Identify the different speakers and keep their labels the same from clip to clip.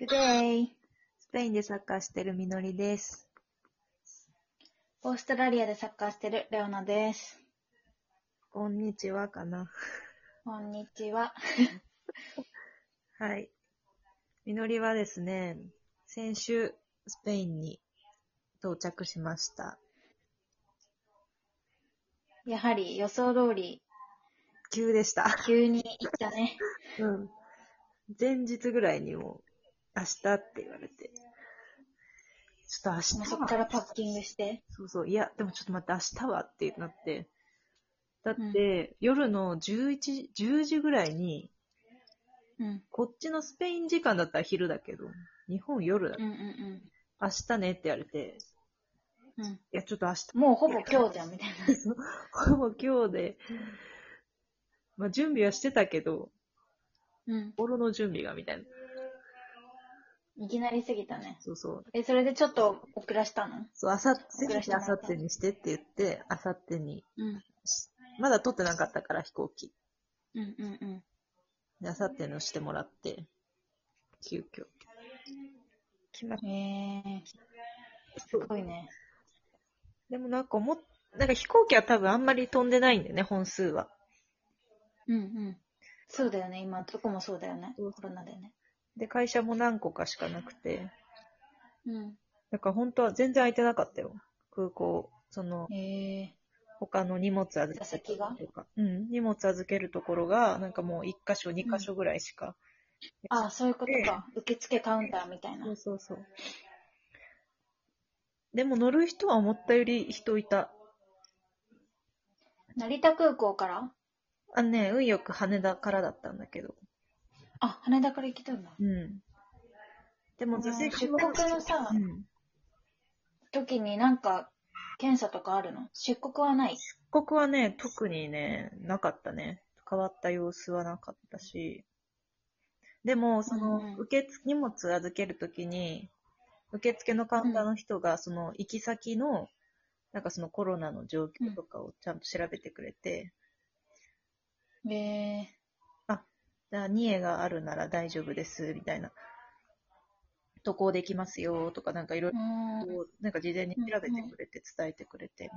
Speaker 1: Good day! スペインでサッカーしてるみのりです。
Speaker 2: オーストラリアでサッカーしてるレオナです。
Speaker 1: こんにちはかな。
Speaker 2: こんにちは。
Speaker 1: はい。みのりはですね、先週、スペインに到着しました。
Speaker 2: やはり予想通り、
Speaker 1: 急でした。
Speaker 2: 急に行ったね。
Speaker 1: うん。前日ぐらいにもう、明日って言われて。ちょっと
Speaker 2: も
Speaker 1: 明
Speaker 2: う
Speaker 1: 日
Speaker 2: そ
Speaker 1: は
Speaker 2: こからパッキングして。
Speaker 1: そうそう。いや、でもちょっと待って、明日はってなって。だって、夜の11時、10時ぐらいに、
Speaker 2: うん。
Speaker 1: こっちのスペイン時間だったら昼だけど、日本夜だ。
Speaker 2: うんうん
Speaker 1: 明日ねって言われて、
Speaker 2: うん。うん。
Speaker 1: いや、ちょっと明日、
Speaker 2: もうほぼ今日じゃん、みたいな。
Speaker 1: ほぼ今日で、まあ準備はしてたけど、
Speaker 2: うん。
Speaker 1: 心の準備がみたいな。
Speaker 2: いきなりすぎたね。
Speaker 1: そうそう。
Speaker 2: え、それでちょっと遅らしたの
Speaker 1: そう、あさって、せ
Speaker 2: 遅
Speaker 1: め
Speaker 2: らして
Speaker 1: て
Speaker 2: も
Speaker 1: あ
Speaker 2: らった
Speaker 1: さってにしてって言って、あさってに
Speaker 2: うん。
Speaker 1: し、まだ撮ってなかったから飛行機。
Speaker 2: うんうんうん。
Speaker 1: で、あさってのしてもらって、急遽。決まっ
Speaker 2: へえー、すごいね。
Speaker 1: でもなんか思っ、なんか飛行機は多分あんまり飛んでないんだよね、本数は。
Speaker 2: うんうん。そうだよね、今、どこもそうだよね。コロナでね。
Speaker 1: で、会社も何個かしかなくて。
Speaker 2: うん。
Speaker 1: だから本当は全然空いてなかったよ。空港、その、
Speaker 2: へえ
Speaker 1: 他の荷物預
Speaker 2: 座
Speaker 1: ける
Speaker 2: 席が
Speaker 1: とか、うん、荷物預けるところが、なんかもう1箇所、2箇所ぐらいしか。
Speaker 2: ー。ああ、そういうことか。受付カウンターみたいな。
Speaker 1: そうそうそう。でも乗る人は思ったより人いた。
Speaker 2: 成田空港から
Speaker 1: あのね、運よく羽田からだったんだけど。
Speaker 2: あ、羽田から行けたんだ。
Speaker 1: うん。でも座席
Speaker 2: 出国のさ
Speaker 1: うん、
Speaker 2: 時になんか検査とかあるの出国はない。
Speaker 1: 出国はね、特にね、なかったね。変わった様子はなかったし。でも、その、
Speaker 2: うんうん
Speaker 1: 受付、荷物預けるときに、受付のカウンターの人が、その、行き先の、なんかそのコロナの状況とかをちゃんと調べてくれて、
Speaker 2: へえ
Speaker 1: あ、ニエがあるなら大丈夫です、みたいな。渡航できますよ、とか、なんかいろいうろ、
Speaker 2: ー
Speaker 1: なんか事前に調べてくれて、伝えてくれて、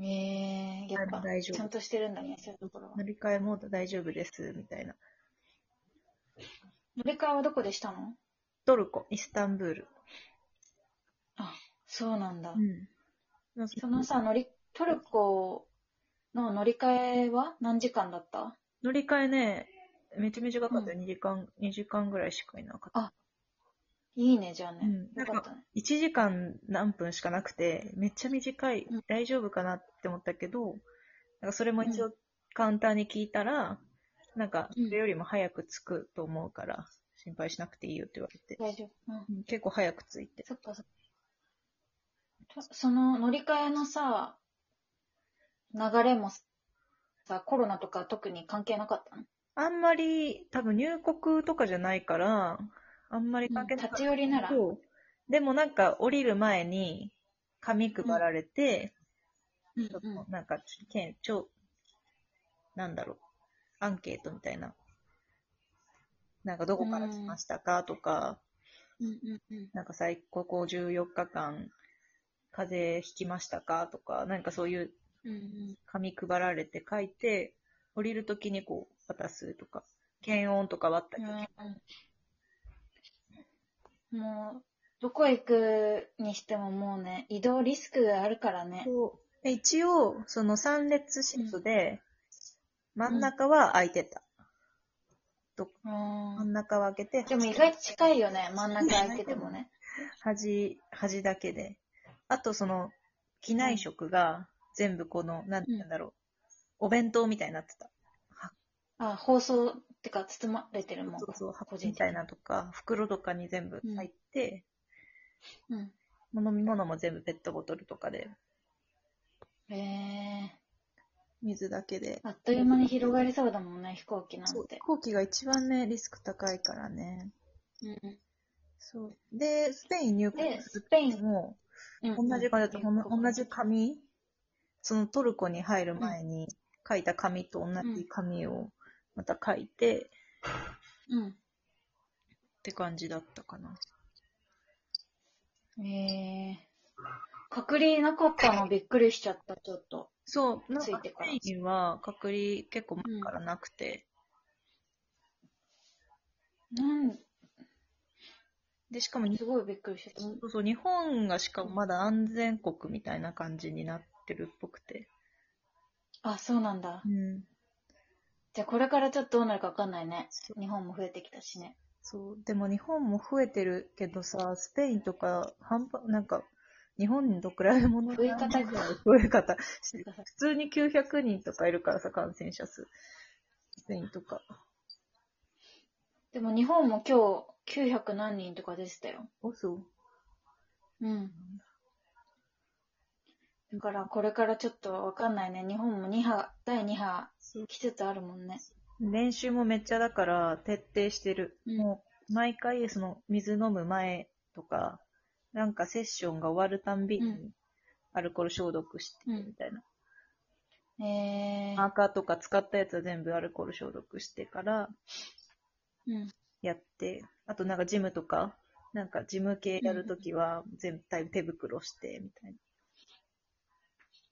Speaker 2: ん。へえやっ
Speaker 1: あ
Speaker 2: ぱ
Speaker 1: 大丈夫
Speaker 2: ちゃんとしてるんだね、そういうところは。
Speaker 1: 乗り換えも大丈夫です、みたいな。
Speaker 2: 乗り換えはどこでしたの
Speaker 1: トルコ、イスタンブール。
Speaker 2: あ、そうなんだ。
Speaker 1: うん。
Speaker 2: そのさ、乗り、トルコの乗り換えは何時間だった
Speaker 1: 乗り換えね、めちゃめちゃ短かったよ。
Speaker 2: う
Speaker 1: 2時間、2時間ぐらいしかいなかった。
Speaker 2: あいいね、じゃあね。
Speaker 1: うん
Speaker 2: よかったね。
Speaker 1: 1時間何分しかなくて、めっちゃ短い
Speaker 2: うん、
Speaker 1: 大丈夫かなって思ったけど、なんかそれも一
Speaker 2: う
Speaker 1: 応カウンターに聞いたら、なんか、そ
Speaker 2: うん
Speaker 1: れよりも早く着くと思うから、心配しなくていいよって言われて。
Speaker 2: 大丈夫。うん。
Speaker 1: うん結構早く着いて。
Speaker 2: そっかそっか。とその乗り換えのさ、流れもさ、コロナとか特に関係なかったの
Speaker 1: あんまり、多分入国とかじゃないから、あんまり関係なかった
Speaker 2: 立ち寄りなら。
Speaker 1: そうでもなんか降りる前に紙配られて、
Speaker 2: うん
Speaker 1: そ
Speaker 2: うん
Speaker 1: のなんか県超なんだろうアンケートみたいななんかどこから来ましたかとか、
Speaker 2: うんうんうん
Speaker 1: なんか最高ここ14日間風邪ひきましたかとかなんかそういう
Speaker 2: うんうん
Speaker 1: 紙配られて書いて降りるときにこう渡すとか検温とかはあったけど、
Speaker 2: うんもう、どこ行くにしてももうね、移動リスクがあるからね。
Speaker 1: そうで一応、その3列シートで、真ん中は空いてた。
Speaker 2: う
Speaker 1: 真
Speaker 2: ん。
Speaker 1: ん中は空けて、
Speaker 2: でも意外と近いよね、真ん中空いててもね。
Speaker 1: 端、端だけで。あと、その、機内食が全部この、なんて言うんだろう、お弁当みたいになってた。
Speaker 2: あ、包装ってか包まれてるもん。
Speaker 1: そうそう、箱
Speaker 2: 個
Speaker 1: み
Speaker 2: 人的に
Speaker 1: たいなとか、袋とかに全部入って、
Speaker 2: うん。
Speaker 1: 飲み物も全部ペットボトルとかで、
Speaker 2: へ
Speaker 1: 水だけで
Speaker 2: え。あっという間に広がりそうだもんね、飛行機なん
Speaker 1: そう飛
Speaker 2: て。
Speaker 1: 行機が一番ね、リスク高いからね。
Speaker 2: うん
Speaker 1: そう。で、スペイン入国
Speaker 2: ですス
Speaker 1: る
Speaker 2: ペイン
Speaker 1: 時も、
Speaker 2: うんうん。
Speaker 1: 同じ紙だと、ほん
Speaker 2: うん
Speaker 1: 同じ紙そのトルコに入る前に書いた紙と同じ紙をまた書いて、
Speaker 2: うん。
Speaker 1: って感じだったかな。
Speaker 2: えー、隔離なかったのびっくりしちゃった、ちょっと。
Speaker 1: そう、なん
Speaker 2: つい
Speaker 1: か
Speaker 2: てから
Speaker 1: スペインは隔離結構前からなくて、
Speaker 2: なん、
Speaker 1: で、しかも日
Speaker 2: すごいびっくりしちゃった。
Speaker 1: そうそう、日本がしかもまだ安全国みたいな感じになってるっぽくて。
Speaker 2: あ、そうなんだ。
Speaker 1: うん。
Speaker 2: じゃあこれからちょっとどうなるかわかんないね
Speaker 1: そ。
Speaker 2: 日本も増えてきたしね。
Speaker 1: そう、でも日本も増えてるけどさ、スペインとか、半端、なんか、日本と比べ物に
Speaker 2: 増え
Speaker 1: なら
Speaker 2: 方
Speaker 1: ない
Speaker 2: が。
Speaker 1: 増え方。普通に900人とかいるからさ、感染者数。スペインとか。
Speaker 2: でも日本も今日900何人とかでしたよ。
Speaker 1: お、そう。
Speaker 2: うん。だからこれからちょっとわかんないね。日本も2波、第2波
Speaker 1: そう
Speaker 2: 来つつあるもんね。
Speaker 1: 練習もめっちゃだから、徹底してる。
Speaker 2: うん
Speaker 1: もう、毎回、その、水飲む前とか、なんかセッションが終わるたんび
Speaker 2: う
Speaker 1: に
Speaker 2: ん、
Speaker 1: アルコール消毒して、
Speaker 2: うん
Speaker 1: みたいな。
Speaker 2: え
Speaker 1: マ
Speaker 2: ー
Speaker 1: ー。カーとか使ったやつは全部アルコール消毒してから
Speaker 2: うん。
Speaker 1: やって、あとなんかジムとか、なんかジム系やるときは全体手袋して、みたい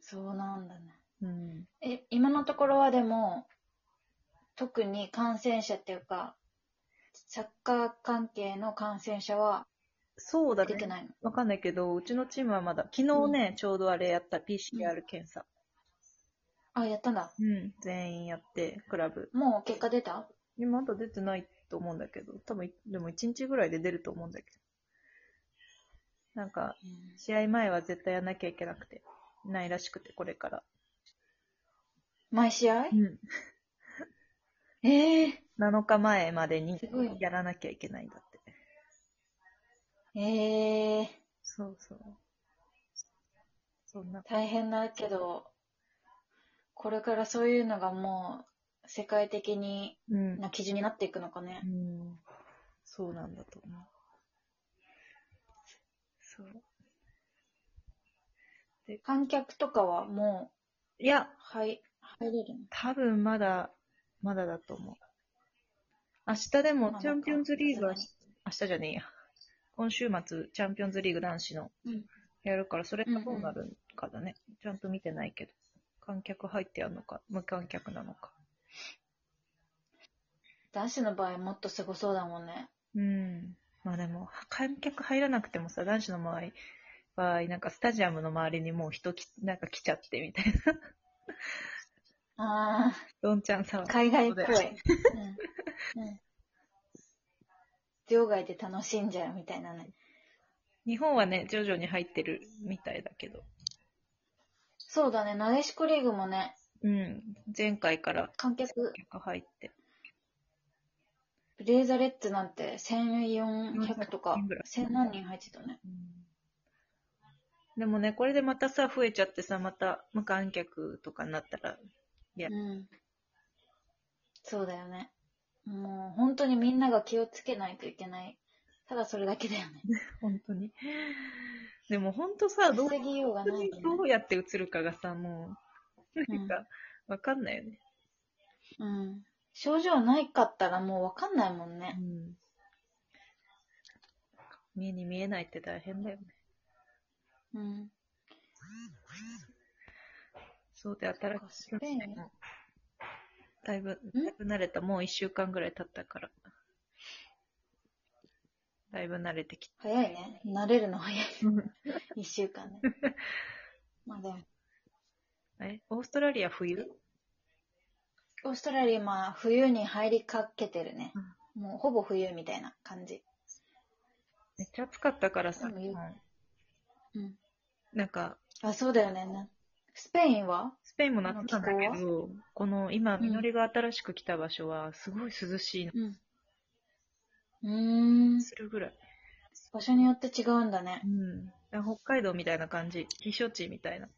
Speaker 2: そうなんだね。
Speaker 1: な。うん。
Speaker 2: え、今のところはでも、特に感染者っていうか、サッカー関係の感染者は
Speaker 1: そうだ
Speaker 2: 出て
Speaker 1: ね。
Speaker 2: ないの。
Speaker 1: わかんないけど、うちのチームはまだ、昨日ね、ちょうどあれやった PCR 検査。
Speaker 2: あ、やったんだ。
Speaker 1: うん、全員やって、クラブ。
Speaker 2: もう結果出た
Speaker 1: 今まだ出てないと思うんだけど、多分、でも1日ぐらいで出ると思うんだけど。なんか、試合前は絶対やんなきゃいけなくて、ないらしくて、これから。
Speaker 2: 毎試合
Speaker 1: うん。
Speaker 2: ええ
Speaker 1: 7日前までに
Speaker 2: すごい
Speaker 1: やらなきゃいけないんだって。
Speaker 2: ええ
Speaker 1: そうそう。そんな、
Speaker 2: 大変だけど、これからそういうのがもう世界的に
Speaker 1: うん。
Speaker 2: な基準になっていくのかね
Speaker 1: う。ん。そうなんだと思う。そう。
Speaker 2: 観客とかはも
Speaker 1: いや、
Speaker 2: う入入れるの
Speaker 1: 多分まだ、まだだと思う。明日で
Speaker 2: ま
Speaker 1: も
Speaker 2: あ
Speaker 1: チャンピオンズリーグは
Speaker 2: なんか、
Speaker 1: 明日じゃねえや。今週末、チャンピオンズリーグ男子の
Speaker 2: うん
Speaker 1: やるから、それがどうな
Speaker 2: うん
Speaker 1: るかだね。ちゃんと見てないけど。観客入ってやるのか、無観客なのか。
Speaker 2: 男子の場合もっとすごそうだもんね。
Speaker 1: うん。まあでも、観客入らなくてもさ、男子の場合、場合なんかスタジアムの周りにもう人き、なんか来ちゃってみたいな。
Speaker 2: あ
Speaker 1: どんちゃん騒
Speaker 2: あ、
Speaker 1: ぎ。
Speaker 2: 海外っぽい。
Speaker 1: そうだ
Speaker 2: うんうん場外で楽しんじゃうみたいなね。
Speaker 1: 日本はね、徐々に入ってるみたいだけど。
Speaker 2: そうだね、なでしこリーグもね、
Speaker 1: うん。前回から
Speaker 2: 観客、
Speaker 1: 客入って。
Speaker 2: ブレーザレッツなんて1400とか
Speaker 1: 400人ぐらい、
Speaker 2: 1000何人入ってたね。
Speaker 1: でもね、これでまたさ、増えちゃってさ、また無観客とかになったら、
Speaker 2: うん。そうだよね。もう本当にみんなが気をつけないといけない。ただそれだけだよね。
Speaker 1: 本当に。でも本当さ、 どう
Speaker 2: 防ぎようがないよね。
Speaker 1: どうやって映るかがさ、もう、
Speaker 2: うん
Speaker 1: なんか、わかんないよね。
Speaker 2: うん。症状ないかったらもうわかんないもん
Speaker 1: う
Speaker 2: ね。
Speaker 1: ん。目に見えないって大変だよね。
Speaker 2: うん。
Speaker 1: そうで、新しい
Speaker 2: スペイン
Speaker 1: だいぶ、だいぶ慣れた。もう一週間ぐらい経ったから。だいぶ慣れてきた。
Speaker 2: 早いね。慣れるの早い。 一週間 ね。まあでも、
Speaker 1: え、オーストラリア冬
Speaker 2: オーストラリアまあ冬に入りかけてるね。もうほぼ冬みたいな感じ。
Speaker 1: めっちゃ暑かったからさ、
Speaker 2: でもよ
Speaker 1: も
Speaker 2: うん。
Speaker 1: うなんか、
Speaker 2: あ、そうだよね。なスペインは
Speaker 1: スペインも夏なんだ
Speaker 2: あ
Speaker 1: け
Speaker 2: の気
Speaker 1: ど、この今、
Speaker 2: うん
Speaker 1: みのりが新しく来た場所は、すごい涼しいの、
Speaker 2: うん。うーん。
Speaker 1: するぐらい。
Speaker 2: 場所によって違うんだね
Speaker 1: う。ん。だから北海道みたいな感じ、避暑地みたいな。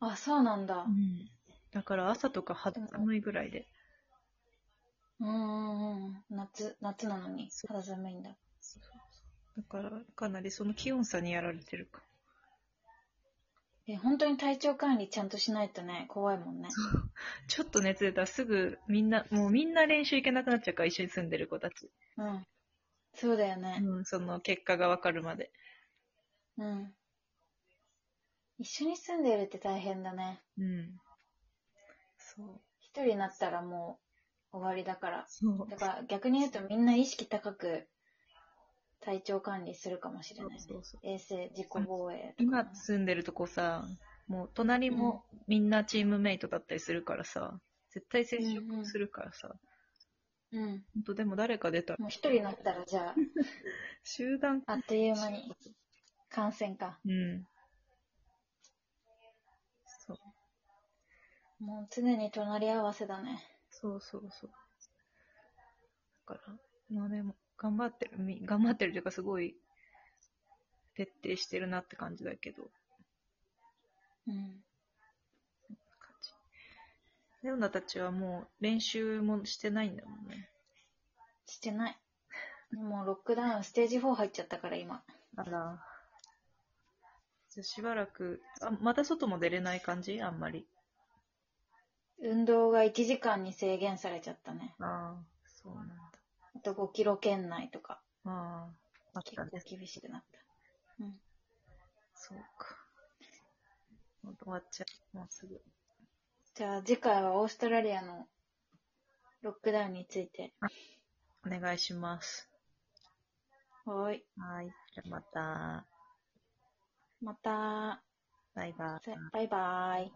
Speaker 2: あ、そうなんだ。
Speaker 1: ん。だから朝とか肌寒いぐらいで。
Speaker 2: うーん。夏、夏なのに肌寒いんだ。
Speaker 1: だから、かなりその気温差にやられてるか。
Speaker 2: え、本当に体調管理ちゃんとしないとね、怖いもんね。
Speaker 1: ちょっと熱出たらすぐみんな、もうみんな練習行けなくなっちゃうから、一緒に住んでる子たち。
Speaker 2: うん。そうだよね。
Speaker 1: うん、その結果がわかるまで。
Speaker 2: うん。一緒に住んでるって大変だね。
Speaker 1: うん。そう。
Speaker 2: 一人になったらもう終わりだから。
Speaker 1: そう。
Speaker 2: だから逆に言うとみんな意識高く体調管理するかもしれないね。
Speaker 1: そうそうそう
Speaker 2: 衛生、自己防衛とかね、
Speaker 1: 今住んでるとこさ、もう隣もみんなチームメイトだったりするからさ、絶対接触するからさ、
Speaker 2: うん。
Speaker 1: ほんとでも誰か出たら
Speaker 2: もう一人になったらじゃ
Speaker 1: 集団、
Speaker 2: あ、あっという間に感染か。
Speaker 1: うん。そう、
Speaker 2: もう常に隣り合わせだね。
Speaker 1: そうそうそう。だから、まあでも、頑張ってる、み頑張ってるというかすごい、徹底してるなって感じだけど、
Speaker 2: うん。
Speaker 1: 感じ。レオナたちはもう練習もしてないんだもんね。
Speaker 2: してない。もうロックダウン、ステージ4入っちゃったから今。
Speaker 1: あら。じゃあしばらく、あ、また外も出れない感じあんまり。
Speaker 2: 運動が1時間に制限されちゃったね。
Speaker 1: ああ、そうなんだ。
Speaker 2: あと5キロ圏内とか、
Speaker 1: ああ、あっ
Speaker 2: 結
Speaker 1: た
Speaker 2: 構
Speaker 1: ね。
Speaker 2: 厳しくなっ
Speaker 1: そうか。ほんと終わっちゃう。もうすぐ。
Speaker 2: た。じゃあ次回はオーストラリアのロックダウンについて。
Speaker 1: お願いします。
Speaker 2: はーい。
Speaker 1: はい。じゃあまた。
Speaker 2: また、
Speaker 1: バイバイ
Speaker 2: さ。バイバーイ。